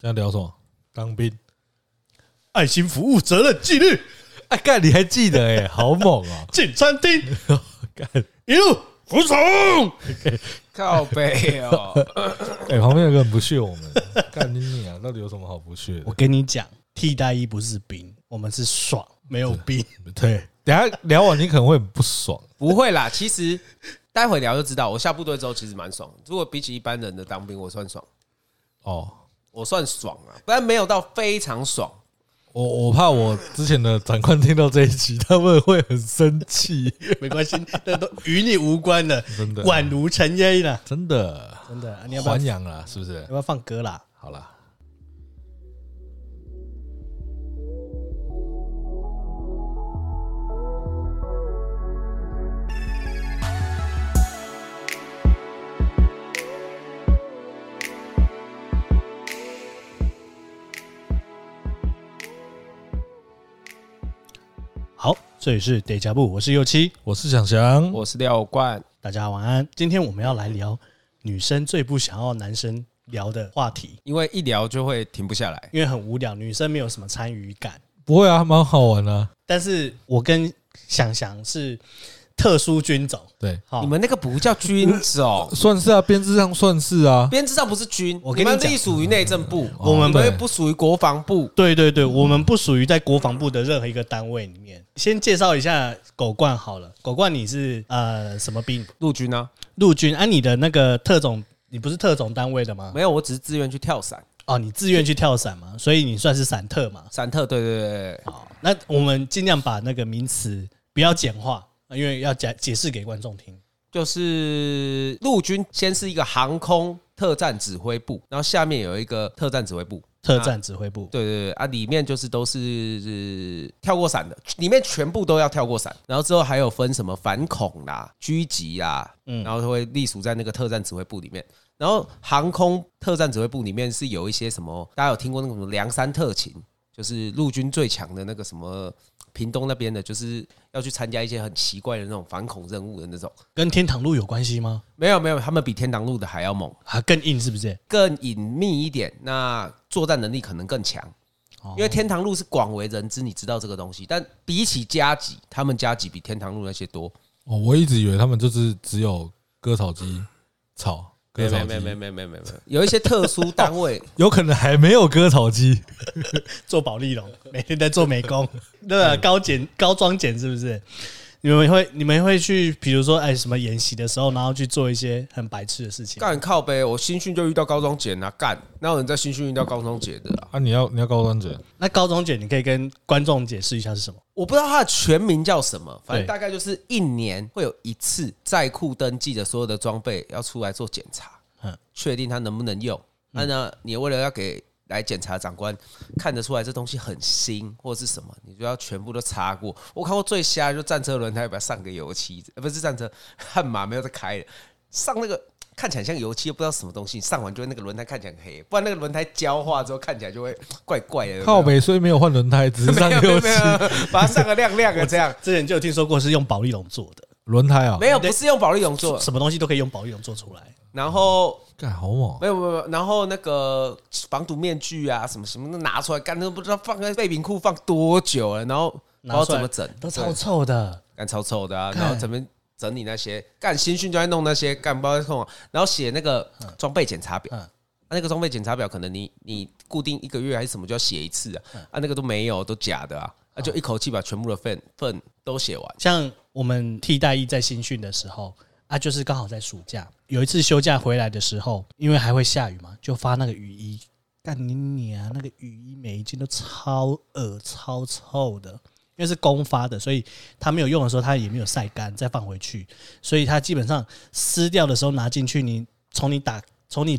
现在聊什么？当兵。爱心服务责任纪律，哎，干，你还记得哎、 好猛哦、进餐厅干，一路服从。靠背哦，哎、旁边有个人不屑我们， 干你你啊，到底有什么好不屑我的？跟你讲，替代役不是兵，我们是爽，没有兵。对，等一下聊完你可能会很不爽。不会啦。其实待会聊就知道，我下部队之后其实蛮爽。如果比起一般人的当兵，我算爽，哦，我算爽啊，不然没有到非常爽。我我怕我之前的长官听到这一集，他们会很生气，没关系，那都与你无关了，真的宛如尘烟了。 真的。真的，啊你要不要 还要阳了，是不是？不要放歌啦？好了，好，这里是 Day 加布，我是右七，我是想想，我是廖冠，大家晚安。今天我们要来聊女生最不想要男生聊的话题，因为一聊就会停不下来。因为很无聊，女生没有什么参与感。不会啊，蛮好玩啊。但是我跟想想是特殊军种，对，，好，你们那个不叫军种 算是啊，编制上算是啊。编制上不是军，我跟你你们讲哦隶属于内政部，我们你们对不属于国防部。对对对，我们不属于在国防部的任何一个单位里面。先介绍一下狗冠好了，狗冠你是呃什么兵？陆军呢、陆军啊，你的那个特种，你不是特种单位的吗？没有，我只是自愿去跳伞，哦，你自愿去跳伞嘛，所以你算是伞特嘛。伞特，对对对对对，好，那我们尽量把那个名词不要简化，因为要解解释给观众听。就是陆军先是一个航空特战指挥部，然后下面有一个特战指挥部，特战指挥部，对对对啊，里面就是都是是呃跳过伞的，里面全部都要跳过伞，然后之后还有分什么反恐啦、狙击啦，嗯然后它会隶属在那个特战指挥部里面。然后航空特战指挥部里面是有一些什么，大家有听过那个什么梁山特勤，就是陆军最强的那个什么屏东那边的，就是要去参加一些很奇怪的那种反恐任务的那种。跟天堂路有关系吗？没有没有，他们比天堂路的还要猛，啊，更硬是不是？更隐秘一点，那作战能力可能更强。哦因为天堂路是广为人知，你知道这个东西，但比起加急，他们加急比天堂路那些多。哦，我一直以为他们就是只有割草机草，割草机，没没没没， 有一些特殊单 位，有可能还没有割草机。做保利龙， 每天在做美工， 对嗯吧？高检高装检是不是？你们会你们会去，比如说哎什么演习的时候，然后去做一些很白痴的事情。干靠背，我新训就遇到高中姐啊，干，哪有人在新训遇到高中姐的啊？啊，你要你要高端者，那高中姐，你可以跟观众解释一下是什么？我不知道它的全名叫什么，反正对大概就是一年会有一次在库登记的所有的装备要出来做检查嗯，确定它能不能用。那呢，你为了要给来检查长官看得出来这东西很新或者是什么，你就要全部都擦过。我看过最瞎的就战车轮胎，把它上个油漆，呃不是 战车悍马没有在开的，上那个。看起来像油漆，又不知道什么东西，上完就会那个轮胎看起来很黑，不然那个轮胎焦化之后看起来就会怪怪 的。有没有靠北，所以没有换轮胎，只是 上没有六七没有，没有把它上个亮亮的这样。之前就有听说过是用保利龙做的，轮胎啊，没有，不是用保利龙做，什么东西都可以用保利龙做出来。然后干好猛啊没有没有没有，然后那个防毒面具啊，什么什么都拿出来，干都不知道放在废品库放多久了，然后不知拿道出来怎么整，都超哎臭的。对干超臭的啊，然后怎么整理那些干新训就在弄那些干不知道在弄啊，然后写那个装备检查表，嗯啊那个装备检查表可能你你固定一个月还是什么就要写一次啊，嗯啊那个都没有，都假的啊，啊就一口气把全部的份份都写完，像我们替代役在新训的时候啊，就是刚好在暑假，有一次休假回来的时候，因为还会下雨嘛，就发那个雨衣。干你娘！啊那个雨衣每一件都超恶超臭的，因为是公发的，所以它没有用的时候，它也没有晒干，再放回去，所以它基本上湿掉的时候拿进去，你从你打从你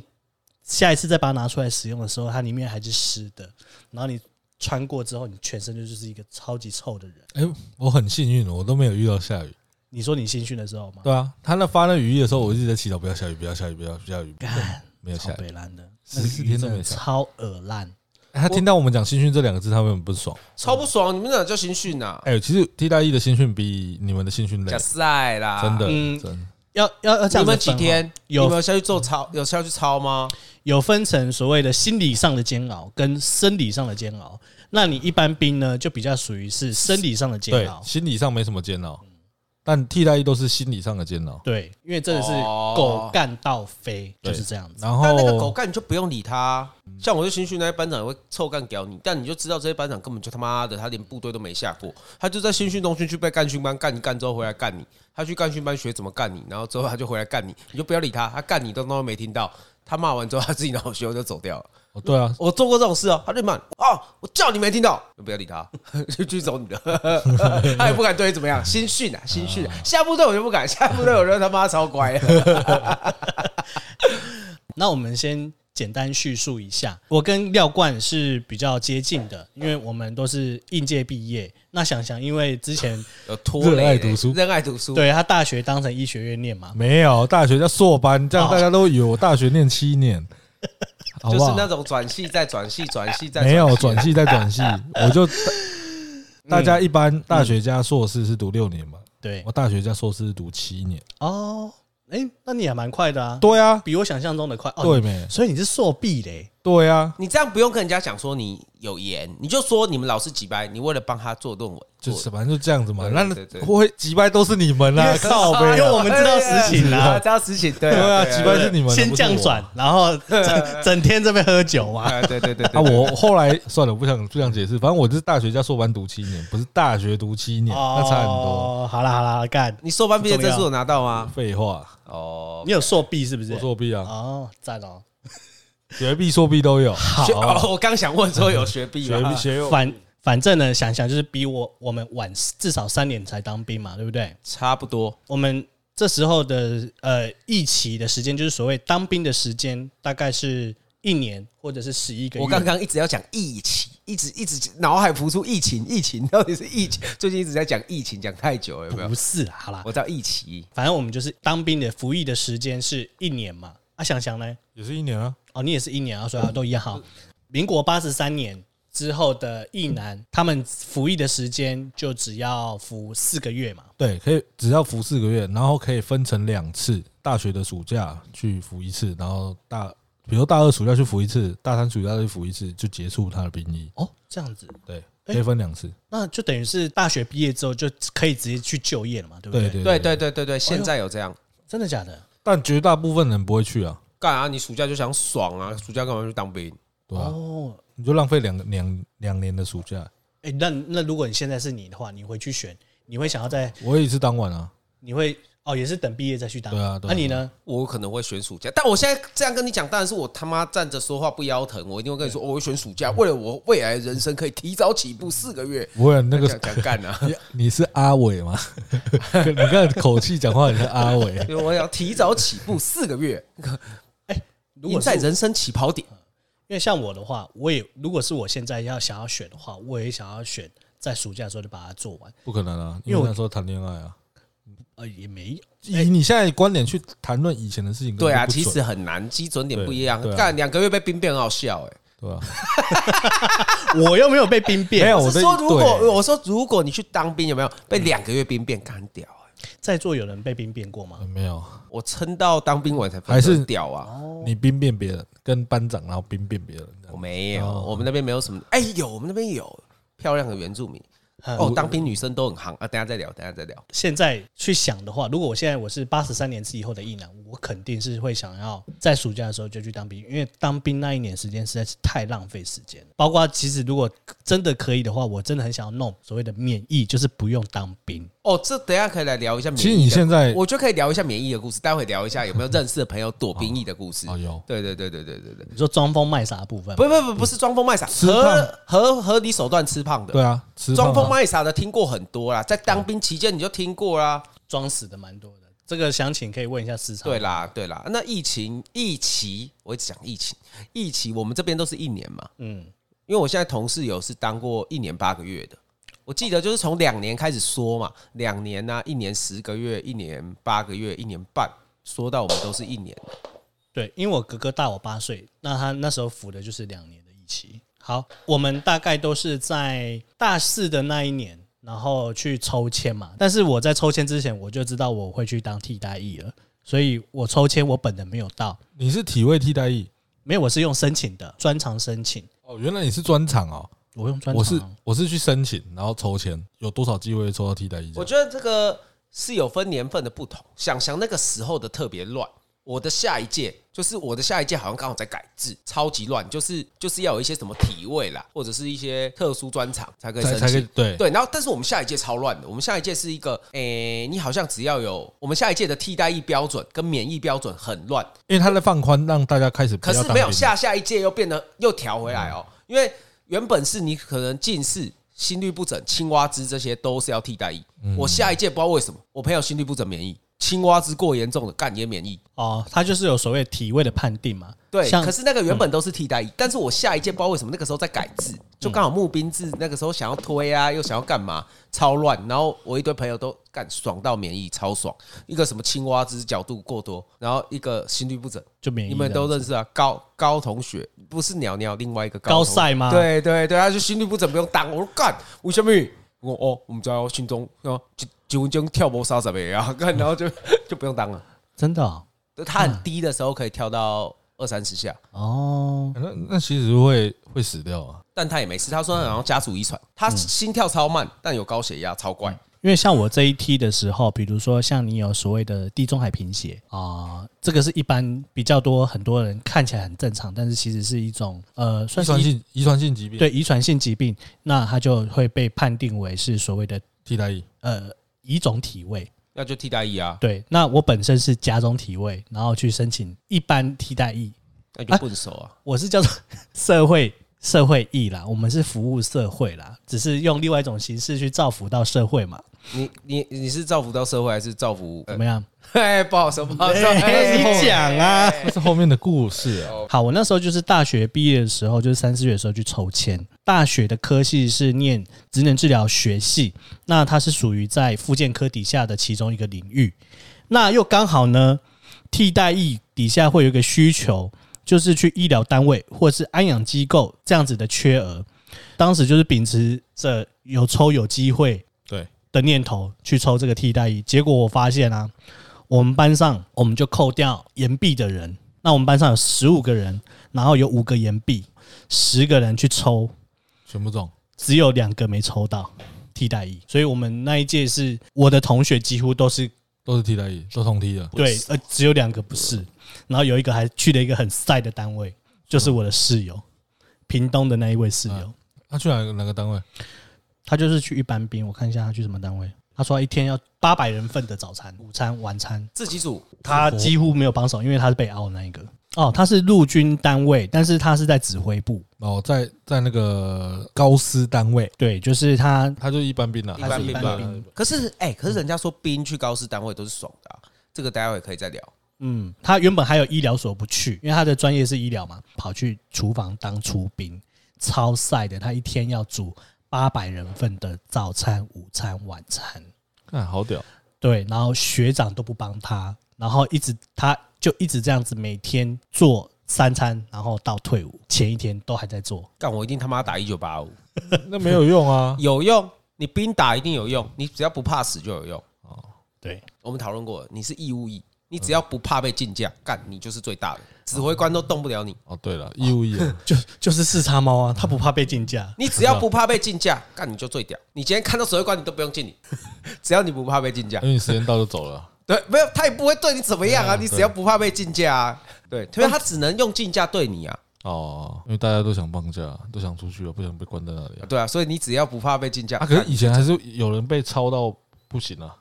下一次再把它拿出来使用的时候，它里面还是湿的，然后你穿过之后，你全身就就是一个超级臭的人。哎、我很幸运，我都没有遇到下雨。你说你新训的时候吗？对啊，他那发那雨衣的时候，我一直在祈祷不要下雨，不要下雨，不要不要雨，干，没有超下雨。北烂的，那个14鱼天都真没的下超恶烂。哎他听到我们讲新训这两个字，他们很不爽。超不爽，你们哪叫新训啊？哎、其实替代役的新训比你们的新训累假，赛啦，真的，嗯真的要要要这样子你们几分哦天有你们有下去做操，有下去操吗？有分成所谓的心理上的煎熬跟生理上的煎熬。那你一般兵呢，就比较属于是生理上的煎对，熬，心理上没什么煎熬，但替代役都是心理上的煎熬。对，因为真的是哦狗干到飞，就哦对是这样子。然但那个狗后干你就不用理它啊。像我这新训那些班长也会臭干屌你，但你就知道这些班长根本就他妈的，他连部队都没下过，他就在新训中训去被干训班干一干之后回来干你，他去干训班学怎么干你，然后之后他就回来干你，你就不要理他，他干你都都没听到，他骂完之后他自己恼羞就走掉了。哦对啊，我做过这种事哦，他就骂你哦，我叫你没听到，就不要理他，就去走你的，他也不敢对你怎么样，新训啊，新训啊，下部队我就不敢，下部队我就他妈超乖了。那我们先简单叙述一下，我跟廖冠是比较接近的，因为我们都是应届毕业。那想想，因为之 前有拖热累爱欸读书热爱读书，对他大学当成医学院念嘛，没有大学叫硕班，这样哦大家都以为我大学念七 年，好就不是好那？种转系再转系，转系啊再没有系转系再转 系，我就大家一般大学加硕士是读六年嘛，对嗯我大学加硕士是读七年。哦，哎、那你也蛮快的啊，对啊，比我想象中的快。哦，对没？所以你是硕毕嘞，对啊，你这样不用跟人家讲说你有研，你就说你们老师几掰，你为了帮他做论文，就是反正就这样子嘛。对那对哦对会击败都是你们啦，靠啊因呗为。我们知道实情啊啦、知道实情，啊 对对啊，击败是你们，先不是我降转，然后 整整天这边喝酒嘛。啊，对对对啊！对，我后来算了，不想不想解释。反正我是大学加硕班读七年，不是大学读七年，那差很多。哦。好啦好啦，干，你硕班毕业证书有拿到吗？废话，哦，你有硕 B 是不是？我作弊啊，哦，赞哦。学毕硕毕都有。学好，哦，我刚想问说有学毕学吗毕？学有反反正呢，想想就是比我我们晚至少三年才当兵嘛，对不对？差不多，我们这时候的呃役期的时间，就是所谓当兵的时间，大概是一年或者是十一个月。我刚刚一直要讲疫情，一直一直脑海浮出疫情，疫情 到底是疫情？最近一直在讲疫情，讲太久了，有没有不？是啦，好啦，我叫疫情，反正我们就是当兵的服役的时间是一年嘛。啊，想想呢，也是一年啊。哦，你也是一年啊，所以啊都一样好。民国八十三年之后的役男，他们服役的时间就只要服四个月嘛。对，可以只要服四个月，然后可以分成两次，大学的暑假去服一次，然后大比如大二暑假去服一次，大三暑假去服一次，就结束他的兵役。哦，这样子，对，可以分两次。那就等于是大学毕业之后就可以直接去就业了嘛，对不对对？对对对对对对，现在有这样。真的假的？但绝大部分人不会去啊，干啊！你暑假就想爽啊，暑假干嘛去当兵？对吧、哦，你就浪费两个两两年的暑假。哎、那那如果你现在是你的话，你回去选，你会想要在，我也是当晚啊，你会哦，也是等毕业再去当。对啊对那、啊你呢？我可能会选暑假，但我现在这样跟你讲，当然是我他妈站着说话不腰疼，我一定会跟你说，哦我会选暑假，为了我未来的人生可以提早起步四个月。我有那个讲讲干啊， 你你是阿伟吗？ 你看口气讲话，你是阿伟。因为我要提早起步四个月，如赢果是在人生起跑点。因为像我的话，我也如果是我现在要想要选的话，我也想要选在暑假的时候就把它做完。不可能啊，因因为为我那时候谈恋爱啊。呃，也没有。以你现在的观点去谈论以前的事情，对啊，根本其就不实准很难，基准点对不一样对。啊干两个月被兵变很好笑哎、对吧、我又没有被兵 变。没有我哦我是的说，如对果我说如果你去当兵，有没有被两个月兵变干屌、欸？在座有人被兵变过吗？嗯没有，我撑到当兵完才还是屌啊！哦你兵变别人，跟班长然后兵变别人这我样。没有，哦我们那边没有什么。哎、有，我们那边有漂亮的原住民。哎嗯哦，当兵女生都很夯啊！等一下再聊，等一下再聊。现在去想的话，如果我现在我是八十三年次以后的役男，我肯定是会想要在暑假的时候就去当兵，因为当兵那一年时间实在是太浪费时间了。包括其实如果真的可以的话，我真的很想要弄所谓的免疫，就是不用当兵。哦，这等一下可以来聊一下免疫的。其实你现在我就可以聊一下免疫的故事，待会聊一下有没有认识的朋友躲兵役的故事。哦有对对对对对对对，你说装疯卖傻的部分吗，不不不，不是装疯卖傻，吃合合合理手段吃胖的。对啊，吃装疯吗？卖傻的听过很多啦，在当兵期间你就听过啦。装死的蛮多的。这个详情可以问一下市场。对啦，对啦。那疫情疫期，我一直讲疫情疫期，我们这边都是一年嘛。嗯，因为我现在同事有是当过一年八个月的，我记得就是从两年开始说嘛，两年啊呐、一年十个月，一年八个月，一年半，说到我们都是一年。对，因为我哥哥大我八岁，那他那时候服的就是两年的役期。好，我们大概都是在大四的那一年，然后去抽签嘛。但是我在抽签之前，我就知道我会去当替代役了，所以我抽签我本人没有到，你是体位替代役没有，我是用申请的专长申请，哦，原来你是专场哦，我用专长啊，我是我是去申请，然后抽签，有多少机会抽到替代役这我样？觉得这个是有分年份的不同，想想那个时候的特别乱。我的下一届就是我的下一届，好像刚好在改制，超级乱，就是就是要有一些什么体位啦，或者是一些特殊专场才可以才申才可以请。对对，然后但是我们下一届超乱的，我们下一届是一个，诶、你好像只要有我们下一届的替代役标准跟免疫标准很乱，因为他在放宽，让大家开始不可要是当没有兵嗯下下一届又变得又调回来哦，因为原本是你可能近视、心律不整、青蛙肢这些都是要替代役。嗯我下一届不知道为什么，我朋友心律不整免疫，青蛙肢过严重的干也免疫。哦，他就是有所谓体位的判定嘛。对，像可是那嗯个原本都是替代役，但是我下一届不知道为什么那个时候在改制，就刚好募兵制那个时候想要推啊，又想要干嘛，超乱。然后我一堆朋友都干爽到免疫，超爽。一个什么青蛙肢角度过多，然后一个心律不整，就免疫你们都这样认识啊，高高同学不是鸟鸟，另外一个高同学赛吗对对对，他就心律不整，不用当。我说干，为什么？我哦，我们知道心中哦，九九分钟跳波三十倍啊， 干，然后就就不用当了。真的哦就他很低的时候可以跳到二三十下，哦，那那其实会会死掉啊。但他也没事。他说好像家族遗传，他心跳超慢，但有高血压，超怪。因为像我这一梯的时候，比如说像你有所谓的地中海贫血啊、这个是一般比较多很多人看起来很正常，但是其实是一种呃遗算是传遗性遗传性疾病，对遗传性疾病，那它就会被判定为是所谓的替代役，呃乙种体位。那就替代役啊，对，那我本身是甲种体位，然后去申请一般替代役，那就笨手啊。我是叫做 社会社会役啦，我们是服务社会啦，只是用另外一种形式去造福到社会嘛，你你你是造福到社会还是造福？呃怎么样？哎，不好说，不好说。哎 你讲啊那是后面的故事啊。好，我那时候就是大学毕业的时候，就是三四月的时候去抽签。大学的科系是念职能治疗学系，那它是属于在复健科底下的其中一个领域。那又刚好呢，替代役底下会有一个需求，就是去医疗单位或是安养机构这样子的缺额。当时就是秉持着有抽有机会对，的念头去抽这个替代役，结果我发现啊，我们班上我们就扣掉岩壁的人，那我们班上有十五个人，然后有五个岩壁，十个人去抽，全部中。只有两个没抽到替代役，所以我们那一届是我的同学几乎都是都是替代役，都同梯的。对，呃，只有两个不是，然后有一个还去了一个很晒的单位，就是我的室友，屏东的那一位室友，他去哪个哪个单位？他就是去一般兵，我看一下他去什么单位。他说他一天要八百人份的早餐、午餐、晚餐，自己组他几乎没有帮手，因为他是被凹的那一个。哦，他是陆军单位，但是他是在指挥部，哦，在在那个高师单位，对，就是他他就一般啊兵啦。一他般是一兵般吧兵，可是，哎、可是人家说兵去高师单位都是爽的、啊，这个待会可以再聊。嗯，他原本还有医疗所不去，因为他的专业是医疗嘛，跑去厨房当厨兵，超晒的，他一天要煮八百人份的早餐、午餐、晚餐，看啊好屌，对，然后学长都不帮他，然后一直他就一直这样子每天做三餐，然后到退伍前一天都还在做，干，我一定他妈打一九八五，那没有用 啊。有用。你兵打一定有用，你只要不怕死就有用。对，我们讨论过了，你是义务役，你只要不怕被禁驾，干你就是最大的，指挥官都动不了你。哦，对了，义务役啊，就就是四叉猫啊，他不怕被禁驾，你只要不怕被禁驾， 干你就最屌。你今天看到指挥官，你都 不用敬礼，只要你不怕被禁驾因。为你时间到就走了。对，没有他也不会对你怎么样啊，嗯你只要不怕被禁驾啊。对，因为他只能用禁驾对你啊。哦，因为大家都想放假，都想出去啊，不想被关在那里啊。对啊，所以你只要不怕被禁驾，啊，可干是以前还是有人被抄到不行啊。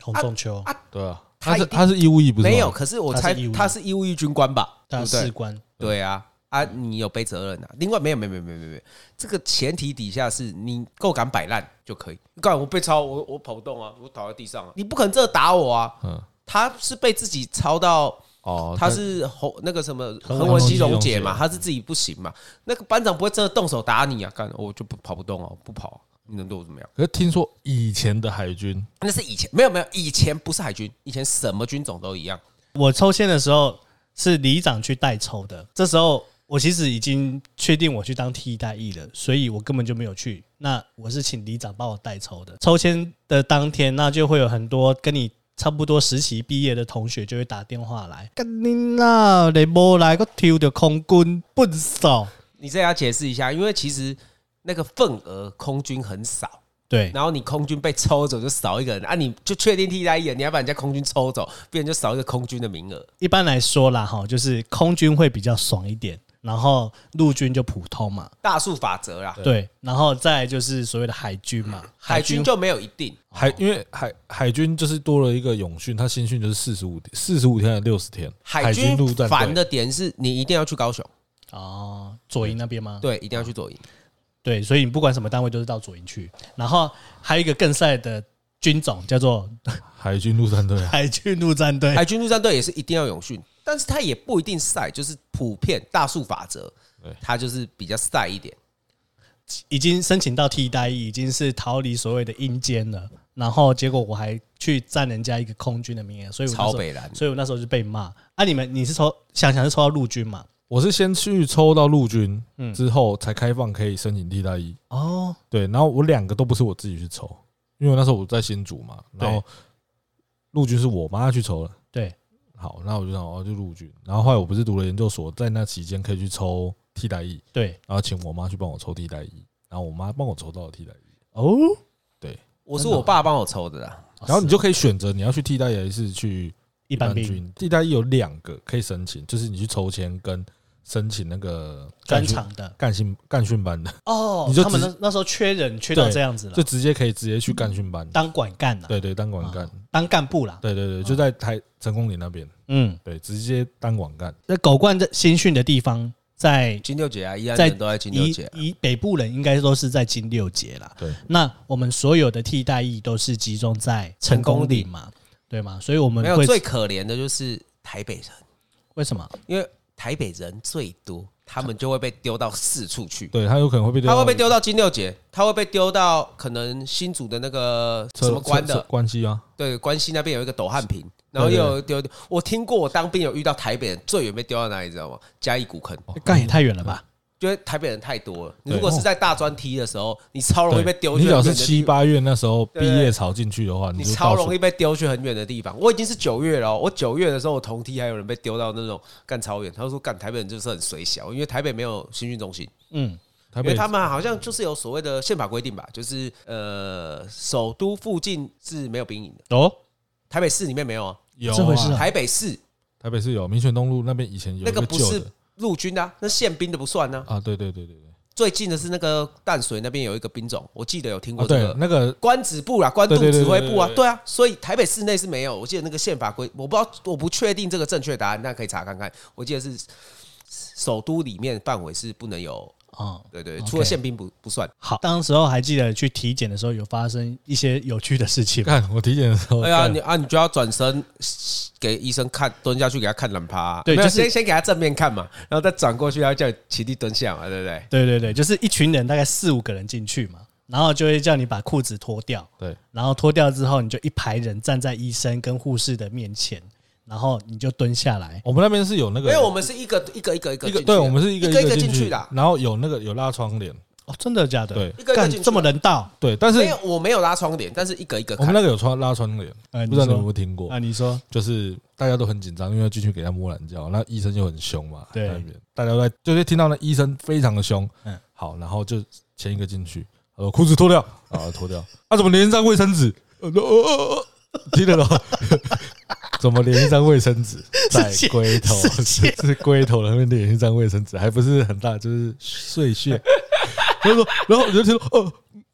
洪仲秋，啊对啊，他他一是定他是义务役，不是吗没有，可是我猜他是义务役他是义务役军官吧？对他不士嗯对？官，对啊，啊，你有背责任啊。另外，没有，没有，没有，没有，没有，没有这个前提底下是你够敢摆烂就可以。干我被抄，我我跑不动啊，我倒在地上啊，你不可能真的打我啊。嗯，他是被自己抄到哦，他是红那个什么横横纹纹肌肌溶溶解解嘛，他是自己不行嘛。那个班长不会真的动手打你啊，干我就不跑不动哦，不跑，你能对我怎么样？可是听说以前的海军那是以前没有没有，以前不是海军，以前什么军种都一样。我抽签的时候是里长去代抽的，这时候我其实已经确定我去当替代役了，所以我根本就没有去。那我是请里长帮我代抽的。抽签的当天，那就会有很多跟你差不多实习毕业的同学就会打电话来，干你啦，你无来个抽到空军笨手。你这要解释一下，因为其实那个份额空军很少，对，然后你空军被抽走就少一个人啊，你就确定替代役了，你还把人家空军抽走，不然就少一个空军的名额。一般来说啦，哈，就是空军会比较爽一点，然后陆军就普通嘛，大数法则啦，对，然后再来就是所谓的海军嘛，海军就没有一定，海因为海海军就是多了一个永训，他新训就是四十五四十五天还是六十天？海军军陆战烦队的点是你一定要去高雄，哦，左营那边吗？对，一定要去左营。对，所以你不管什么单位都是到左营去。然后还有一个更帅的军种叫做海军陆战队啊，海军陆战队，海军陆战队也是一定要永训，但是他也不一定晒，就是普遍大数法则对，他就是比较晒一点。已经申请到替代役，已经是逃离所谓的阴间了。然后结果我还去占人家一个空军的名额，所以我那时超候，北蓝，哦所以我那时候就被骂。啊，你们你是抽想想是抽到陆军嘛？我是先去抽到陆军，嗯之后才开放可以申请替代役。哦，对，然后我两个都不是我自己去抽，因为我那时候我在新竹嘛，对然后陆军是我妈去抽的。对，好，那我就想哦，就陆军。然后后来我不是读了研究所，在那期间可以去抽替代役，对，然后请我妈去帮我抽替代役，然后我妈帮我抽到了替代役，哦，我是我爸帮我抽的啦，然后你啊是就可以选择你要去替代役还是去一般兵替代役有两个可以申请，就是你去抽签跟申请那个专干训场的干训干训班的，哦你就他们直那那时候缺人缺到对这样子了，就直接可以直接去干训班。当管干了，对对，当管干啊，当干部啦，对对对，就在台成功岭那边，嗯。对，直接当管干。那狗冠在新训的地方，在金六姐啊，依然在人都在金六哦以姐啊，以北部人应该都是在金六节啦。对，那我们所有的替代役都是集中在成功岭嘛，对吗？所以我们没有会最可怜的就是台北人，为什么？因为台北人最多，他们就会被丢到四处去。对啊他有可能会被丢他到会被丢到金六节，他会被丢到可能新竹的那个车什么关车车的，关系啊？对，关西那边有一个斗汉坪，然后又有丢。我听过，我当兵有遇到台北人最远被丢到哪里，你知道吗？嘉义古坑，干也太远了吧？因为台北人太多了。你对如果是在大专梯的时候，你超容易被丢你去只要很远是的七地方，八月那时候毕对对业潮进去的话，你就超到处容易被丢去很远的地方。我已经是九月了哦，我九月的时候，我同梯还有人被丢到那种干超远。他说干台北人就是很水小，因为台北没有新训中心，嗯，台因为北他们好像就是有所谓的宪法规定吧，就是呃，首都附近是没有兵营的，哦，台北市里面没有啊，有这回事啊啊台北市台北是有民权东路那边以前有那一个不旧是的陆军的、啊，那宪兵的不算呢、啊。啊，对对对对对，最近的是那个淡水那边有一个兵种，我记得有听啊过这对个。那个关指部啦，关渡对对对指挥部啊，对对对对啊，所以台北市内是没有。我记得那个宪法规，我不知道，我不确定这个正确答案，那可以查看看。我记得是首都里面范围是不能有，哦，对对 OK 除了宪兵不不算。好，当时候还记得去体检的时候有发生一些有趣的事情吗，看我体检的时候， 哎呀，干你啊，你就要转身给医生看，蹲下去给他看冷趴、对没有就是先先给他正面看嘛，然后再转过去，然后叫你起立蹲下嘛，对不对？对对对，就是一群人大概四五个人进去嘛，然后就会叫你把裤子脱掉，对，然后脱掉之后你就一排人站在医生跟护士的面前，然后你就蹲下来，我们那边是有那因个为我们是一个一个一个一个一进个去的对，我们是一个一个一个进进去去的啊。然后有那个有拉窗帘，哦，真的假的？对一个一个干进去这么人道？对，但是没有，我没有拉窗帘，但是一个一个我们看。那个有穿拉窗帘，哎，不知道你有没有听过啊？？你说就是大家都很紧张，因为要进去给他摸懒觉，那医生就很凶嘛，对在那边大家都在就是听到那医生非常的凶，嗯嗯，好，然后就前一个进去，呃，裤子脱 掉，啊，脱掉，啊，怎么连一张卫生纸？呃呃呃呃听得懂？ 怎么连一张卫生纸在是龟头？是是是龟头那边连一张卫生纸，还不是很大，就是碎屑。 他说，然后我就听到，哦，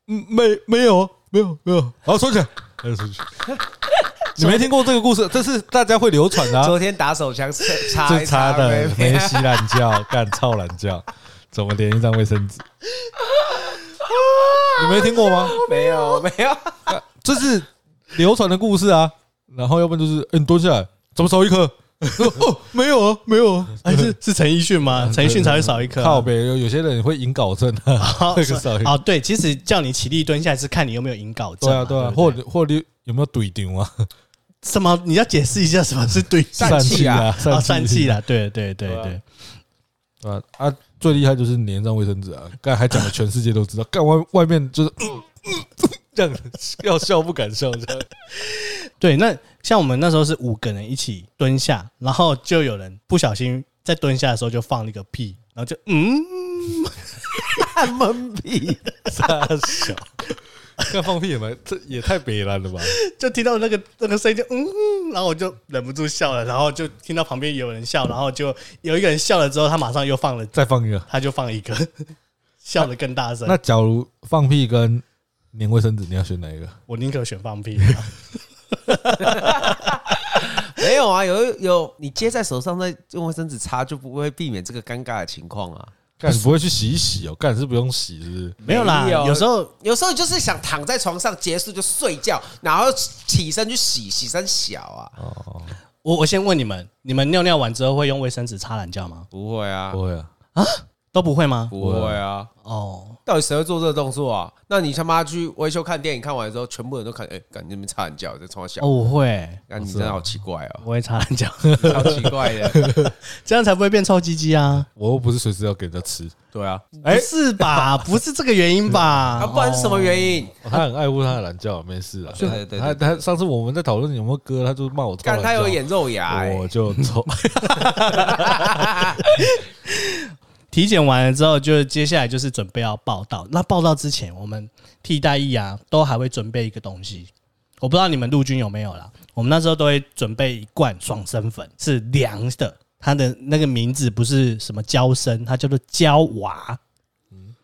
嗯，没没有啊，没有没有，好收起来，还是收起来。 你没听过这个故事，这是大家会流传的、啊，昨天打手枪 擦最一擦差的没没洗懒 觉，干操懒觉，怎么连一张卫生纸？你没听过吗？没有没有，这是流传的故事啊。然后要不然就是，哎、你蹲下来，怎么少一颗？ 哦，没有啊，没有啊。哎是 是陈奕迅吗？陈奕迅才会少一颗啊。靠北，有有些人会引稿症啊，好会少一颗。 哦，对，其实叫你起立蹲下是看你有没有引稿症对嘛。啊，对啊，不或者或者你有没有怼丢啊？什么？ 你要解释一下什么是对散气啊散哦，散气啊，啦，对对对对啊对。对吧？啊，最厉害就是粘上卫生纸啊， 刚才还讲的全世界都知道，干外外面就是、嗯嗯、 这样，要笑不敢笑，这样对，那像我们那时候是五个人一起蹲下，然后就有人不小心在蹲下的时候就放了一个屁，然后就 嗯，闷屁，傻笑。 干放屁也蛮，这也太北蓝了吧？就听到那个那个声音就嗯，然后我就忍不住笑了，然后就听到旁边有人笑，然后就有一个人笑了之后，他马上又放 了，再放一个。他就放一个， 笑得更大声那。假如放屁跟粘卫生纸，你要选哪一个？我宁可选放屁，没有啊，有有，你接在手上再用卫生纸擦，就不会避免这个尴尬的情况啊。干不会去洗一洗哦，干是不用洗是不是？没有啦，没有有时候有时候就是想躺在床上结束就睡觉，然后起身去洗，洗身小啊，哦，我我先问你们，你们尿尿完之后会用卫生纸擦懒觉吗？不会啊，不会啊，都不会吗？不会啊，哦，到底谁会做这个动作啊？那你他妈去维修看电影，看完之后，全部人都看，哎、感觉你们差点叫，在床上哦，笑，我会，那、你真的好奇怪哦、我会擦懒觉， 超奇怪 的，这样才不会变臭鸡鸡啊。我又不是随时要给人家吃。对啊，不是吧？不是这个原因吧？ 啊，不然是什么原因？哦他很爱护他的懒觉，没事啊。对对对他对他上次我们在讨论有没有割，他就骂我。干、他有，眼肉芽、我欸，就抽。体检完了之后，就接下来就是准备要报道。那报道之前，我们替代役啊，都还会准备一个东西，我不知道你们陆军有没有啦。我们那时候都会准备一罐爽身粉，是凉的，它的那个名字不是什么胶身，它叫做胶娃，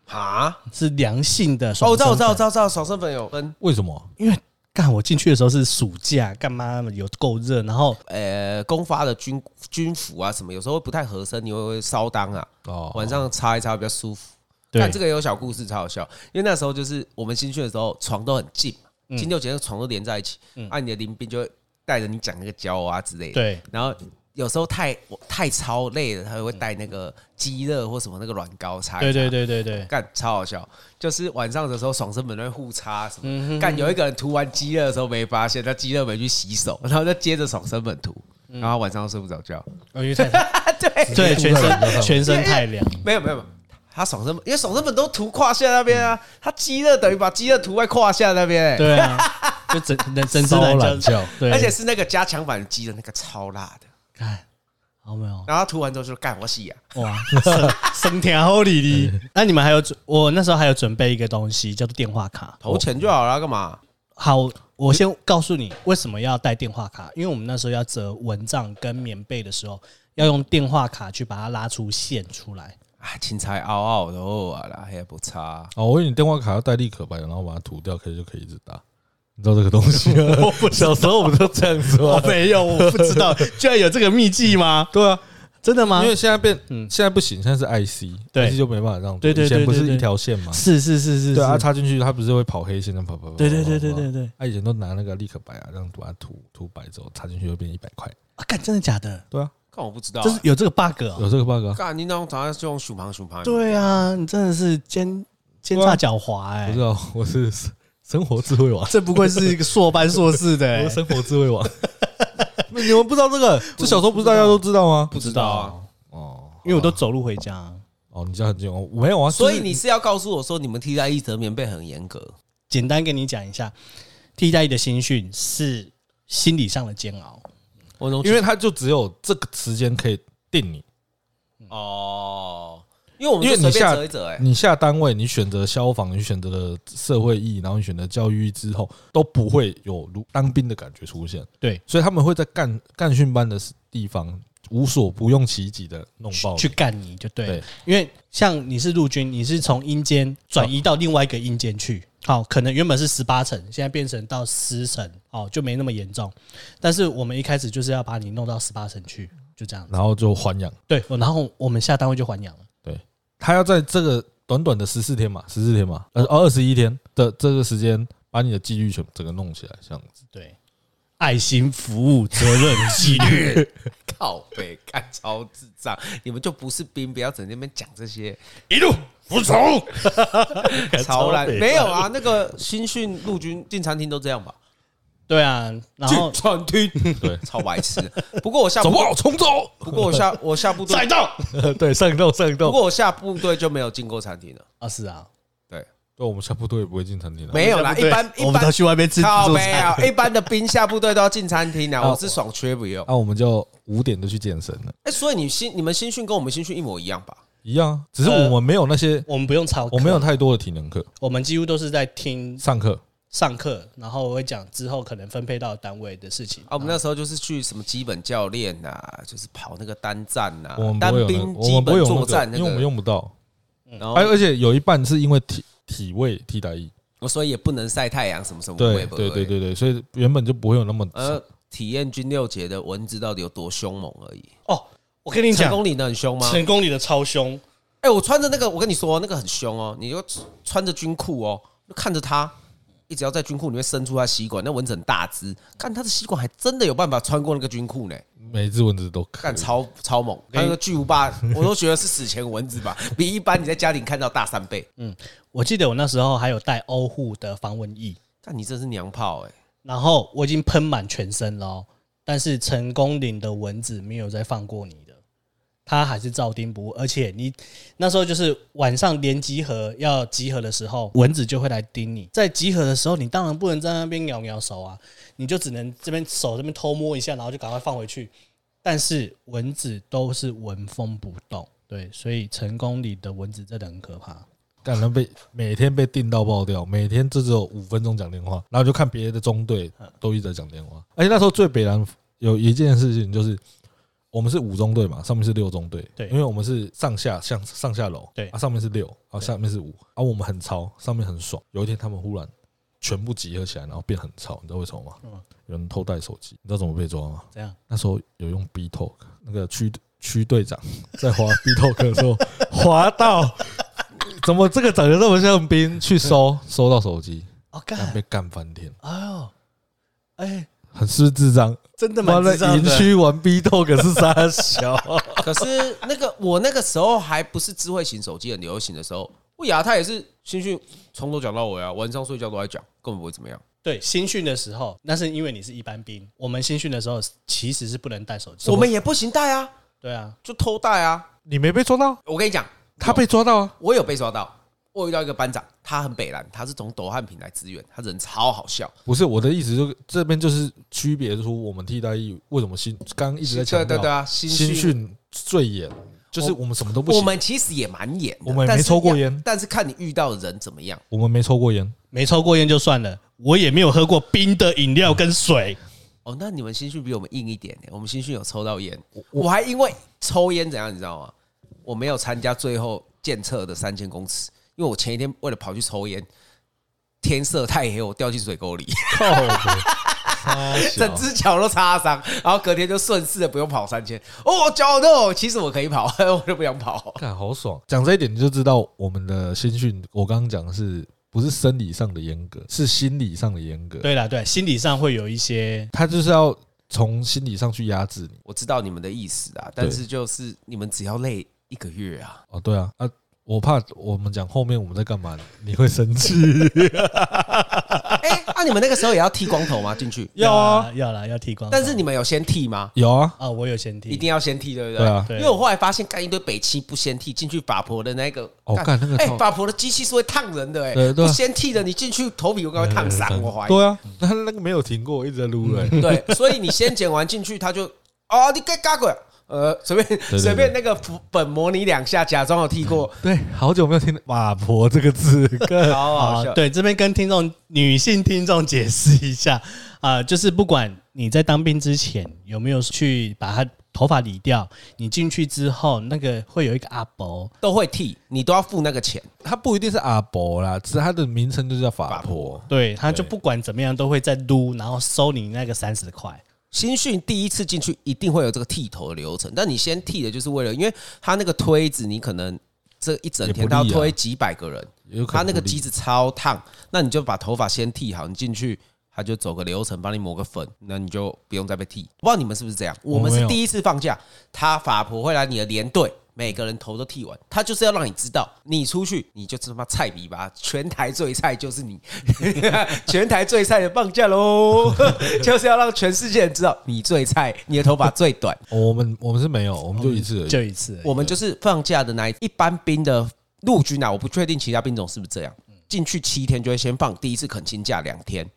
啊，是良性的哦，爽我知身粉。道，我知道，我知道，我知道，爽身粉有分， 为什么？因为干我进去的时候是暑假，干嘛有够热，然后呃，公发的军军服啊什么，有时候不太合身，你会会烧裆啊，哦，晚上擦一擦比较舒服。对但 这个也有小故事，超好笑。因为那时候就是我们新训的时候，床都很近嗯嘛，金六节的床都连在一起，啊，你的林兵就会带着你讲那个胶啊之类的。对然后有时候太我太超累了，他会带那个鸡热或什么那个软膏擦一擦。对对对对对，干超好笑，就是晚上的时候爽身本会互擦什嗯么，干有一个人涂完鸡热的时候没发现，他鸡热没去洗手， 然后就接着爽身本涂，嗯然后晚上睡不着觉。哦因为太对，对全直接吐在你身身上全身太凉，没有没有，没有他爽身本，因为爽身本都涂胯下那边啊，他鸡热等于把鸡热涂在胯下那边、欸，对啊，就整整整只烧懒懒觉觉，对，而且是那个加强版的鸡的那个超辣的，看好 没有然后他涂完之后就说干我洗啊，哇， 生天好哩 哩。那你们还有准，我那时候还有准备一个东西叫做电话卡。投钱就好了，干嘛？好，我先告诉你为什么要带电话卡，因为我们那时候要折蚊帐跟棉被的时候，要用电话卡去把它拉出线出来。啊，青菜嗷嗷的哦啊啦，还不差。哦，我以为你电话卡要带立可白，然后把它涂掉，可以就可以一直打。你知道这个东西啊吗？ 小时候我们都这样子 我吗？哦没有，我不知道， 居然有这个秘技吗？对啊，真 的吗嗯因？为现在变，现在不行，现在是 IC，对 IC 就没办法这样做。对对以对前不是对对一条线吗？是是是是，对啊，是插进去它不是会跑黑线，这样跑跑跑。对对对对跑跑对对。啊他以前都拿那个立可白啊，这样把它涂涂白之后插进去就变一百块。啊，干真的假的？对啊，看我不知道、就是有这个 bug 哦。有这个 bug 啊？干你那种早上就用熊旁熊旁，对啊，你真的是奸奸诈狡猾哎、不知道，啊我是生活智慧王， 这不愧是一个硕班硕士的、欸 我是生活智慧王。你们不知道这个？这小时候不是大家都知道吗？不知道啊。哦因为我都走路回家。哦，你家很近哦，我没有啊。所以就是你是要告诉我说，你们替代一折棉被很严格，简单跟你讲一下，替代役的新训是心理上的煎熬，我能因为他就只有这个时间可以定你，哦，因为我们因为就随你便下折一折、欸，哎，你下单位，你选择消防，你选择了社会意义，然后你选择教育意义之后，都不会有如当兵的感觉出现。对，所以他们会在干干训班的地方无所不用其极的弄去爆你去干你就对了对。因为像你是陆军，你是从阴间转移到另外一个阴间去，好，可能原本是十八层，现在变成到十层，哦，就没那么严重。但是我们一开始就是要把你弄到十八层去，就这样子。然后就还阳。对，我然后我们下单位就还啊阳了。他要在这个短短的十四天嘛，十四天嘛，呃，二十一天的这个时间，把你的纪律全整个弄起来，这样 子。对，爱心服务责任纪律，靠北干超智障，你们就不是兵，不要整天在那边讲这些一路服从。 超烂。北没有啊，那个新训陆军进餐厅都这样吧？对啊，然后餐厅，对超白痴。不过我下走部不好重走。不过我下我下部再队，到对，上一栋上一不栋，过我下部队就没有进过餐厅了。啊是啊，对，对，我们下部队也不会进餐厅的。没有啦，一般我一们般都去外面吃自靠助没餐，有，一般的兵下部队都要进餐厅的，哦我是爽缺不用。那我们就五点就去健身了，哎，所以你新你们新训跟我们新训一模一样吧？一样啊。只是我们没有那些，我们不用哦操，我没有，太多的体能课我们几乎都是在听上课。上课，然后我会讲之后可能分配到单位的事情啊，。我们那时候就是去什么基本教练呐、就是跑那个单站呐、我们啊单不会有那兵个，我基们不会本有那作战哦个，因那为我们个，用不到。哎然而哎后而且有一半是因为体体位替代役，我说也不能晒太阳什么什么，我对也不对对会。对对，所以原本就不会有那么呃，体验军六节的蚊子到底有多凶猛而已。哦，我跟你成讲，功领的很凶吗？成功里的超凶，哎、我穿着那个，我跟你说，那个很凶哦，你就穿着军裤哦，就看着它。一直要在军裤里面伸出它吸管，那蚊子很大只，看它的吸管还真的有办法穿过那个军裤呢，每一只蚊子都可以看超超猛。还有那个巨 无霸，我都觉得是史前蚊子吧，比一般你在家里看到大三倍。嗯我记得我那时候还有带欧护的防蚊液，但你这是娘炮欸哎、然后我已经喷满全身了哦，但是成功岭的蚊子没有再放过你的，它还是照叮不误。而且你那时候就是晚上连集合要集合的时候，蚊子就会来叮你。在集合的时候，你当然不能在那边咬咬手啊，你就只能这边手这边偷摸一下，然后就赶快放回去。但是蚊子都是纹风不动，对，所以成功里的蚊子真的很可怕。干能被每天被定到爆掉，每天就只有五分钟讲电话，然后就看别的中队嗯都一直在讲电话。而且那时候最北南有一件事情就是，我们是五中队嘛，上面是六中队，对因为我们是上下向上下楼，对啊，上面是六，啊，下面是五，啊，我们很吵，上面很爽。有一天他们忽然全部集合起来，然后变很吵，你知道为什么吗？嗯有人偷带手机，你知道怎么被抓吗？这样那时候有用 B Talk，那个区区队长在滑 B Talk 的时候 滑到，怎么这个长得这么像兵？去收收到手机，哦，但干，被干翻天，哎呦，哎，很是不是智障。真的妈蛮的智，障营 的。区玩 B Talk 是啥 小？ 可是那个我那个时候还不是智慧型手机很流行的时候，不雅他也是新训从头讲到尾啊，晚上睡觉都在讲，根本不会怎么样。对，新训的时候，那是因为你是一般兵。我们新训的时候其实是不能带手机。我们也不行带啊，对啊，就偷带啊。你没被抓到？我跟你讲，他被抓到啊！我有被抓到，我遇到一个班长，他很北蓝，他是从斗汉平来支援，他人超好笑。不是我的意思，就这边就是区别出我们替代役为什么新刚刚一直在对强对对调啊，新新训训最严，就是我们什么都不我行，们其实也蛮严的，我们也但没是抽过要烟但是看你遇到的人怎么样。我们没抽过烟，没抽过烟就算了，我也没有喝过冰的饮料跟水。哦，那你们新训比我们硬一点欸呢。我们新训有抽到烟，我还因为抽烟怎样，你知道吗？我没有参加最后检测的三千公尺，因为我前一天为了跑去抽烟，天色太黑，我掉进水沟里，靠 北整只脚都擦伤，然后隔天就顺势的不用跑三千。哦，我脚痛，其实我可以跑， 我就不想跑。 看好爽！讲这一点你就知道我们的新训，我刚刚讲的是不是生理上的严格，是心理上的严格。，对啦，对，心理上会有一些他就是要从心理上去压制你。我知道你们的意思啊，但是就是你们只要累一个月啊，哦，对啊，啊，我怕我们讲后面我们在干嘛，你会生气。哎、啊，你们那个时候也要剃光头吗？进 去？要啊，要啦，要剃光头。但是你们有先剃吗？有啊，啊，我有先一剃，定要先剃，对不对啊对因为我后来发现干一堆北七不先剃，进去法婆的那个，哦干那个哎超，法婆的机器是会烫人的，哎，对对啊不先剃的，你进去头皮应该会烫伤，我怀疑。嗯对啊，他那个没有停过，一直在撸欸了、对，所以你先剪完进去，他就哦，你该嘎鬼，呃，随便对随便那个本模拟两下，假装有 剃过，对，好久没有听到“马婆”这个字，干好好啊笑，。对，这边跟听众女性听众解释一下啊、就是不管你在当兵之前有没有去把它头发理掉，你进去之后那个会有一个阿伯，都会剃，你都要付那个钱。他不一定是阿伯啦，只是他的名称就叫法婆。对，他就对不管怎么样都会在撸，然后收你那个三十块。新训第一次进去一定会有这个剃头的流程，但你先剃的就是为了，因为他那个推子，你可能这一整也天不利他啊要推几百个人，有可能他那个不理啊机子超烫，那你就把头发先剃好，你进去他就走个流程，帮你抹个粉，那你就不用再被剃。不知道你们是不是这样？我我们没是有第一次放假，他法婆会来你的连队，每个人头都剃完，他就是要让你知道，你出去你就是他妈菜比吧，全台最菜就是你， 全台最菜的放假喽， 就是要让全世界人知道你最菜，你的头发最短。我们我们是没有，我们就一次而已。就一次而已。我们就是放假的那一一般兵的陆军啊，我不确定其他兵种是不是这样，进去七天就会先放第一次恳亲假两天。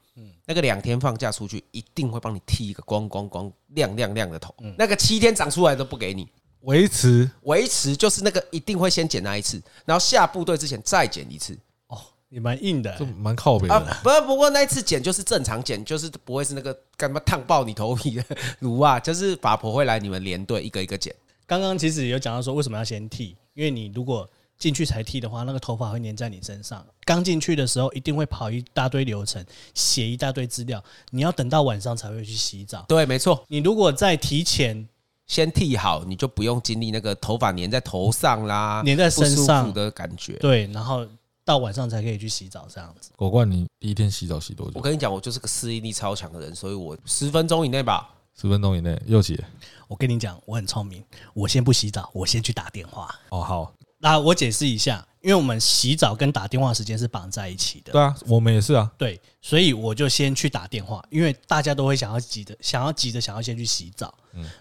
那个两天放假出去，一定会帮你剃一个光光光亮亮亮的头。那个七天长出来都不给你，维持维持就是那个一定会先剪那一次，然后下部队之前再剪一次哦，也蛮硬的欸、就蛮靠北啊的。。不不过那一次剪就是正常剪，就是不会是那个干嘛烫爆你头皮的 炉啊，就是法婆会来你们连队一个一个剪。刚刚其实有讲到说为什么要先剃，因为你如果进去才剃的话，那个头发会粘在你身上。刚进去的时候一定会跑一大堆流程，写一大堆资料，你要等到晚上才会去洗澡。对，没错，你如果在提前，先剃好，你就不用经历那个头发粘在头上啦，粘在身上不舒服的感觉。对，然后到晚上才可以去洗澡这样子。狗冠，你第一天洗澡洗多我久？跟你讲，我就是个适应力超强的人，所以我十分钟以内吧。十分钟以内又洗。我跟你讲，我很聪明，我先不洗澡，我先去打电话。哦，好，那我解释一下，因为我们洗澡跟打电话时间是绑在一起的。对啊，我们也是啊。对，所以我就先去打电话，因为大家都会想要急着，想要急着想要先去洗澡，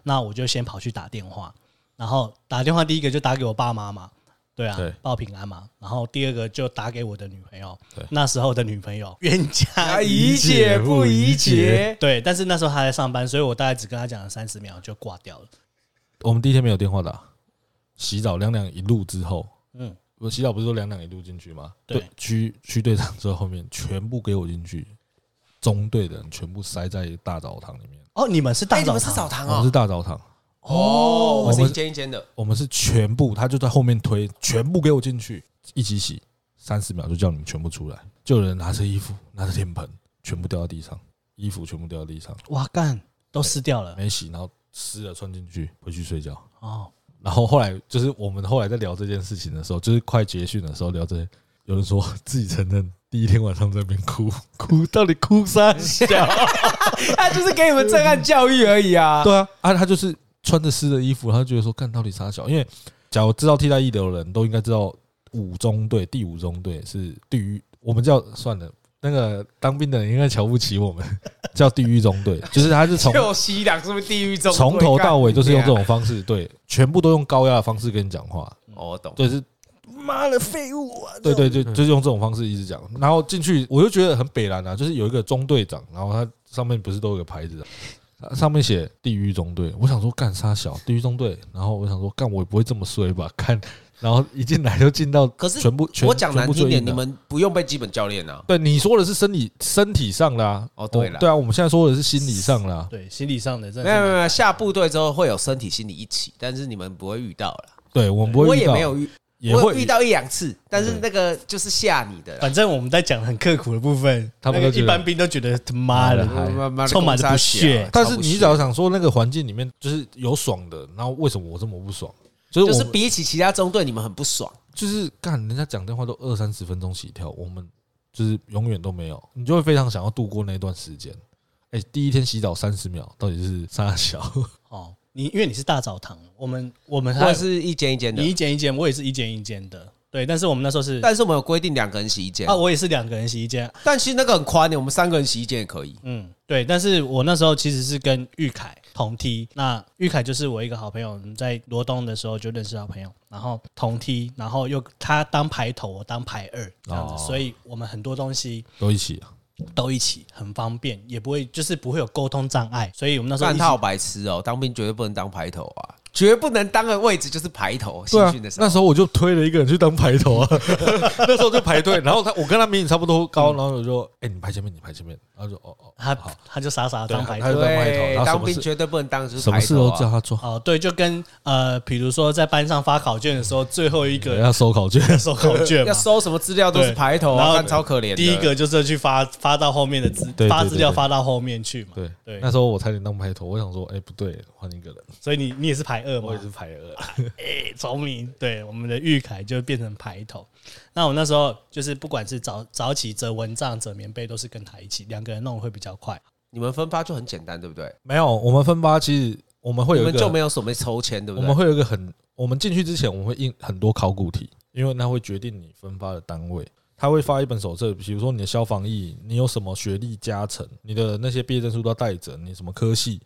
那我就先跑去打电话，然后打电话第一个就打给我爸妈嘛，对啊，对报平安嘛，然后第二个就打给我的女朋友对，那时候的女朋友冤家啊，宜，宜解解不不宜解宜解。对，但是那时候她在上班，所以我大概只跟她讲了三十秒就挂掉了，我们第一天没有电话打，洗澡两两一路之后，嗯，我洗澡不是说两两一路进去吗？对，区区队长之后后面全部给我进去，中队的人全部塞在大澡堂里面。哦，你们是哎，大你澡们是澡堂，我们堂是哦？大澡堂，哦，我我是们一间一间的。我们是全部，他就在后面推，全部给我进去一起洗，三十秒就叫你们全部出来。就有人拿着衣服，拿着天盆，全部掉到地上，衣服全部掉到地上，哇干，都湿掉了没洗，然后湿了穿进去，回去睡觉。哦，然后后来就是我们后来在聊这件事情的时候，就是快结训的时候聊这些，有人说自己承认第一天晚上在那边哭 哭，到底哭啥小？他哎就是给你们震撼教育而已啊。对啊，啊，他就是穿着湿的衣服，他就觉得说干到底啥小？因为假如知道替代役的人都应该知道五中队第五中队是地狱，我们叫算了。那个当兵的人应该瞧不起我们， 叫地狱中队，就是他是从 就西凉是不是地狱中？从头到尾都是用啊这种方式，对，全部都用高压的方式跟你讲话，哦，我懂。对，是妈的废物啊，对对对，就是用这种方式一直讲。然后进去，我就觉得很北蓝啊，就是有一个中队长，然后他上面不是都有个牌子、啊，上面写“地狱中队”。我想说干啥小地狱中队，然后我想说干我也不会这么衰吧？看，然后一进来就进到，可是全部全我讲难听全部点，最硬你的们不用被基本教练啊。对你说的是生理身体上啦、哦对啦我对啊，我们现在说的是心理上啦、对，心理上的啊真没的是有没有没有，下部队之后会有身体心理一起，但是你们不会遇到了。对我们不我会遇也到，没有遇，也我有会遇，到一两次，但是那个就是吓你的啦。反正我们在讲很刻苦的部分，他们都那个觉得一般兵都觉得他妈的妈的，哎妈妈的充满着不屑公差小但是你只要超想说那个环境里面就是有爽的，然后为什么我这么不爽？就是不屑就我是比起其他中队，你们很不爽。就是干人家讲电话都二三十分钟起跳，我们就是永远都没有，你就会非常想要度过那段时间。哎、第一天洗澡三十秒，到底是啥小？哦。你因为你是大澡堂，我们我们我还也是是一间一间的你，一间一间，我也是一间一间的，对。但是我们那时候是但是我们有规定两个人洗一间哦啊，，我也是两个人洗一间，但其实那个很宽的，我们三个人洗一间也可以。嗯，对。但是我那时候其实是跟玉凯同梯，那玉凯就是我一个好朋友，我们在罗东的时候就认识好朋友，然后同梯，然后又他当排头，我当排二这样子，哦所以我们很多东西都一起啊？都一起，很方便，也不会就是不会有沟通障碍，所以我们那时候一干起他好白痴哦，当兵绝对不能当排头啊，绝不能当的位置就是排头。哦对新啊训的，时那候，时候我就推了一个人去当排头啊，那时候就排队，然后他我跟他明明差不多高，然后我就哎、你排前面，你排前面，然后就哦哦，他好他就傻傻地当对排他头就。当排头然后什么当兵事绝对不能当就是什么排事头都叫啊。他做，哦，对，就跟呃，比如说在班上发考卷的时候，最后一人个家收考卷，收考卷 要嘛，收什么资料都是对排头然啊，后干超可怜的。第一个就是去发发到后面的资对对发资料对对发到后面去嘛。对对那时候我差点当排头，我想说哎、不对，换一个人，所以你你也是排二嘛我也，是排二，哎聪明。对，我们的玉凯就变成排头。那我那时候就是不管是早早起折蚊帐、折棉被，都是跟他一起，两个人弄会比较快。你们分发就很简单，对不对？没有，我们分发其实我们会你有一们个就没有所谓抽签，对不我对们？会有一个很我们进去之前，我们会印很多考古题，因为那会决定你分发的单位。他会发一本手册，比如说你的消防役，你有什么学历加成，你的那些毕业证书都要带着，你什么科系，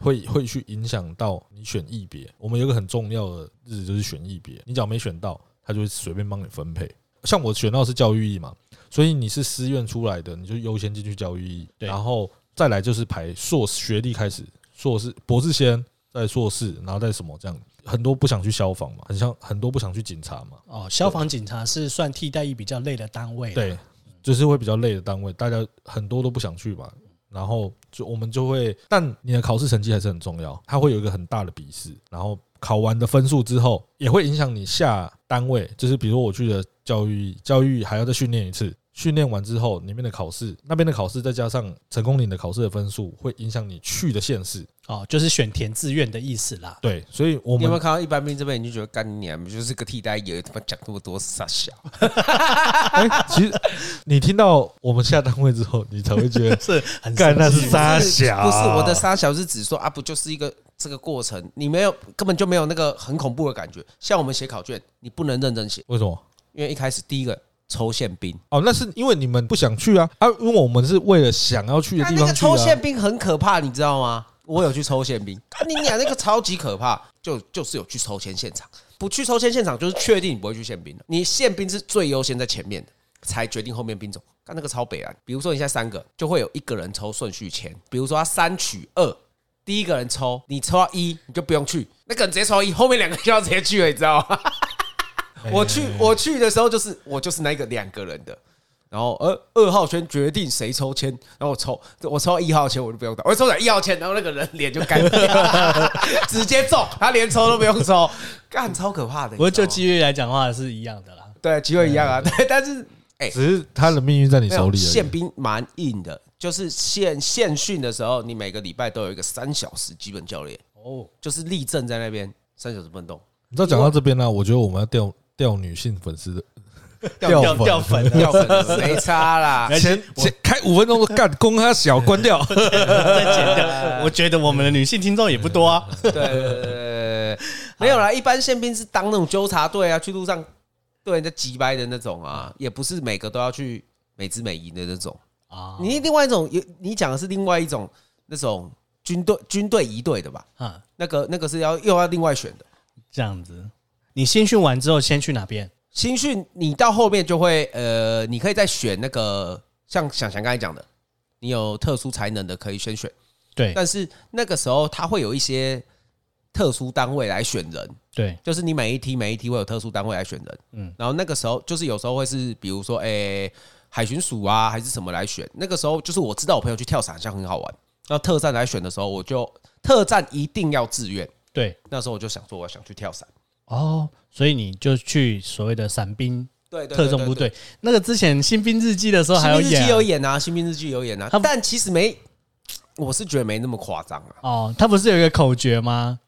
会会去影响到你选役别。我们有一个很重要的日子就是选役别，你只要没选到，他就会随便帮你分配。像我选到的是教育役嘛，所以你是师院出来的，你就优先进去教育役，对然后再来就是排硕士学历开始，硕士博士先，再硕士，然后再什么这样。很多不想去消防嘛，很像很多不想去警察嘛，哦，消防警察是算替代役比较累的单位啦，啊对，就是会比较累的单位，大家很多都不想去吧。然后就我们就会，但你的考试成绩还是很重要，它会有一个很大的笔试，然后考完的分数之后，也会影响你下单位，就是比如我去的教育，教育还要再训练一次。训练完之后，里面的考试，那边的考试，再加上成功岭的考试的分数，会影响你去的县市。哦，就是选填志愿的意思啦。对，所以我你有没有们看到一般兵这边，你就觉得干你娘，就是个替代役，他妈讲那么多傻小。哎、其实你听到我们下单位之后，你才会觉 得是很干那是生气沙小，不是我的沙小是指说啊，不就是一个这个过程，你没有根本就没有那个很恐怖的感觉。像我们写考卷，你不能认真写，为什么？因为一开始第一个抽宪兵，哦，那是因为你们不想去啊啊！因为我们是为了想要去的那地那方个去抽啊宪。兵很可怕，你知道吗？我有去抽宪兵，干你俩那个超级可怕，就就是有去抽签现场，不去抽签现场就是确定你不会去宪兵了。你宪兵是最优先在前面的，才决定后面兵种。干那个超北啊！比如说你现在三个，就会有一个人抽顺序签，比如说他三取二，第一个人抽，你抽到一，你就不用去，那个人直接抽一，后面两个就要直接去了，你知道 吗？我去哎我去的时候就是我就是那个两个人的，然后呃二号签决定谁抽签，然后我抽我抽到一号签我就不用打，我抽到一号签，然后那个人脸就干掉， 直接中，他连抽都不用抽，干超可怕不的。过就你知道吗机遇来讲的话是一样的啦。对机会一样啊，对，但是哎、只是他的命运在你没手有里而宪已。兵蛮硬的，就是现现训的时候，你每个礼拜都有一个三小时基本教练，哦，就是立正在那边三小时不能动，你知道讲到这边呢，我觉得我们要钓钓女性粉丝的 掉粉掉粉啊了，掉粉 没差啦。而且前前开五分钟都干，公他小关掉。再剪掉。我觉得我们的女性听众也不多啊。对对对对对，对没有啦，一般宪兵是当那种纠察队啊，去路上对人家击掰的那种啊，也不是每个都要去美姿美仪的那种。 啊，你另外一种，有你讲的是另外一种那种军队军队一队的吧？啊，那个那个是要又要另外选的。这样子。你新训完之后，先去哪边？新训你到后面就会呃，你可以再选那个像想想刚才讲的，你有特殊才能的可以先选，对但是那个时候他会有一些特殊单位来选人，对，就是你每一梯每一梯会有特殊单位来选人，嗯嗯，然后那个时候就是有时候会是比如说诶、海巡署啊还是什么来选，那个时候就是我知道我朋友去跳伞好像很好玩，那特战来选的时候我就特战一定要自愿，对那时候我就想说我想去跳伞，哦，所以你就去所谓的伞兵对对特种部队。那个之前新兵日记的时候还有新兵日演记啊有演啊，新兵日记有演啊他，们但其实没，我是觉得没那么夸张啊。哦，他不是有一个口诀吗？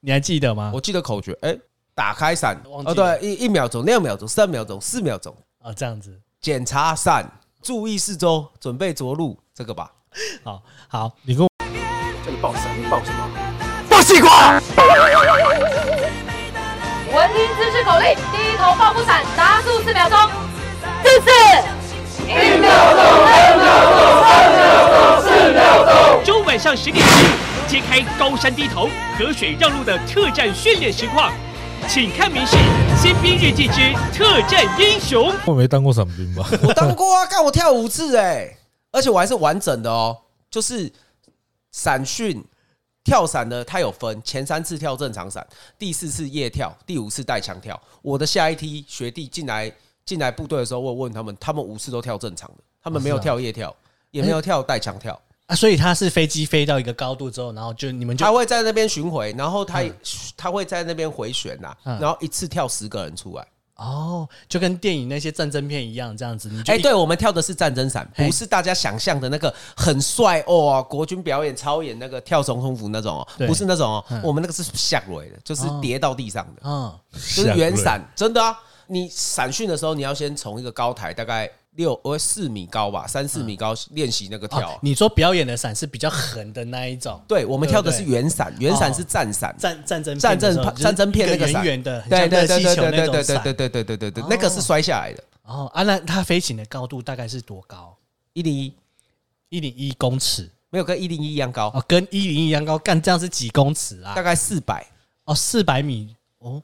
你还记得吗？我记得口诀，哎、打开伞，忘记哦，了对，一一秒钟、六秒钟、三秒钟、四秒钟，哦，这样子。检查伞，注意四周，准备着陆，这 个吧。好好，你跟我闻听姿势口令，低头抱木伞，打速四秒钟，四四，一秒钟。周晚上十点起，揭开高山低头、河水让路的特战训练实况，请看明示《新兵日记之特战英雄》。 我没当过伞兵吧？我当过啊，干我跳五次哎、而且我还是完整的哦，就是伞训。跳伞的它有分，前三次跳正常伞，第四次夜跳，第五次带枪跳。我的下一梯学弟进来进来部队的时候，我有问他们，他们五次都跳正常的，他们没哦有跳夜跳，也没有跳带枪跳。啊，所以他是飞机飞到一个高度之后，然后就你们就他会在那边巡回，然后他、他会在那边回旋呐、嗯然后一次跳十个人出来。哦，就跟电影那些战争片一样，这样子。你就哎、一对，我们跳的是战争伞，嘿不是大家想象的那个很帅哦，国军表演操演那个跳总统府那种哦，对不是那种哦，我们那个是下蕊的，就是跌到地上的，嗯，就是原伞，真的啊。你闪训的时候，你要先从一个高台，大概六呃四米高吧，三四米高练习那个跳嗯哦啊。，你说表演的伞是比较狠的那一种，对，我们跳的是对不对哦圆伞，圆伞是战伞，战战争片战的时候争战争片那就是个一个伞，圆圆的，很对像对热对气对球对那对种对对伞。对对对对对对，那个是摔下来的，哦，啊，那它飞行的高度大概是多高？哦一零一一零一公尺没有跟一零一一样高，哦，跟一零一样高，干这样是几公尺啊大？概四百，哦，四百米哦，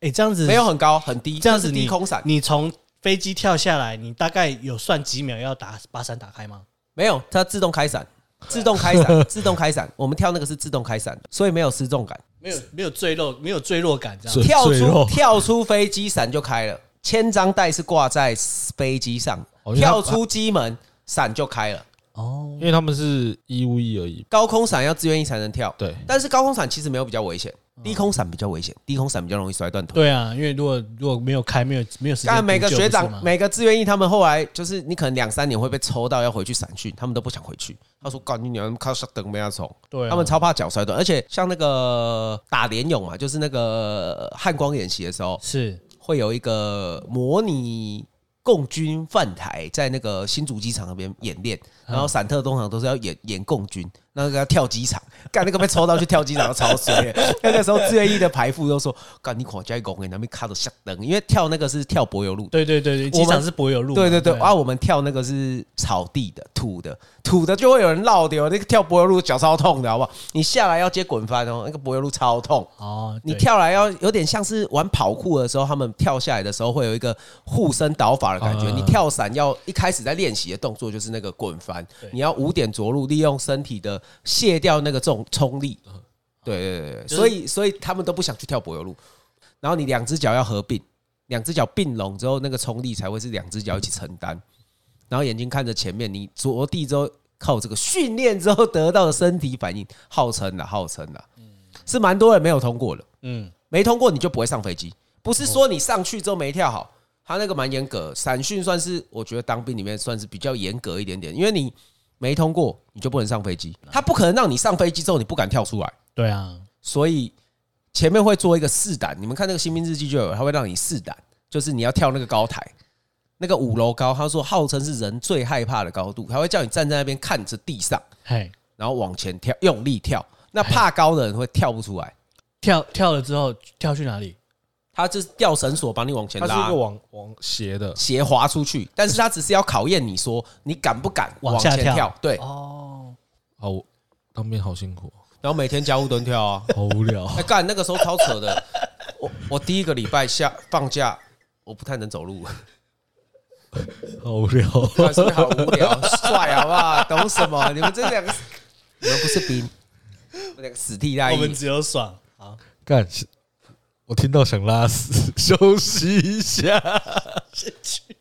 哎，这样子没有很高，很低，这样那子是你低空伞，你从飞机跳下来，你大概有算几秒要打把伞打开吗？没有，它自动开伞，自动开伞，自动开伞，我们跳那个是自动开伞的，所以没有失重感，没有没有坠落，没有坠落感这样。坠跳落出跳出飞机伞就开了，千张带是挂在飞机上哦，因为它跳出机门伞就开了，哦 因为他们是一 v 一而 已。高空伞要自愿意才能跳，对但是高空伞其实没有比较危险，低空伞比较危险，低空伞比较容易摔断腿。对啊，因为如果如果没有开，没有没有时间补救，但每个学不是吗长、每个志愿役，他们后来就是你可能两三年会被抽到要回去散训，他们都不想回去。他说：“干你娘，靠上等没要冲。”对啊他们超怕脚摔断，而且像那个打联勇嘛，就是那个汉光演习的时候，是会有一个模拟共军犯台，在那个新竹机场那边演练，然后散特通常都是要演演共军，那个要跳机场， 干那个被抽到去跳机场超衰 的。那个时候志愿役的排副都说：“干你狂加一公给那边卡着下灯，因为跳那个是跳柏油路。”对对对对，我机们场是柏油路嘛，对对对，啊，啊，我们跳那个是草地的、土的，土的就会有人落掉。那个跳柏油路脚超痛的，好不好？你下来要接滚翻哦，那个柏油路超痛。哦，你对跳来要有点像是玩跑酷的时候，他们跳下来的时候会有一个护身倒法的感啊觉。嗯你跳伞要一开始在练习的动作就是那个滚翻，你要五点着陆，利用身体的卸掉那个重冲力。对对对对，嗯就是所以所以他们都不想去跳柏油路，然后你两只脚要合并，两只脚并拢之后，那个冲力才会是两只脚一起承担，然后眼睛看着前面，你着地之后靠这个训练之后得到的身体反应，号称啦，号称啦，是蛮多人没有通过的。嗯，没通过你就不会上飞机。不是哦说你上去之后没跳好，他那个蛮严格。散训算是我觉得当兵里面算是比较严格一点点，因为你没通过你就不能上飞机，嗯他不可能让你上飞机之后你不敢跳出来，对啊，所以前面会做一个试胆。你们看那个新兵日记就有，他会让你试胆，就是你要跳那个高台。那个五楼高，他说号称是人最害怕的高度，他会叫你站在那边看着地上，嘿，然后往前跳，用力跳。哎那怕高的人会跳不出来，跳跳了之后跳去哪里？他就是吊绳索把你往前它拉。是一个往往斜的，斜滑出去，但是他只是要考验你说你敢不敢往往下前跳跳，对，哦，好，我当兵好辛苦，然后每天加护蹲跳 啊，好无聊。哎干那个时候超扯的，我我第一个礼拜下放假，我不太能走路， 好无聊。干是不是好无聊？帅好不好？懂什么？你们这两个，你们不是兵，我两个死地大我们意，只有爽，好，干， 我听到想拉屎，休息一下。先去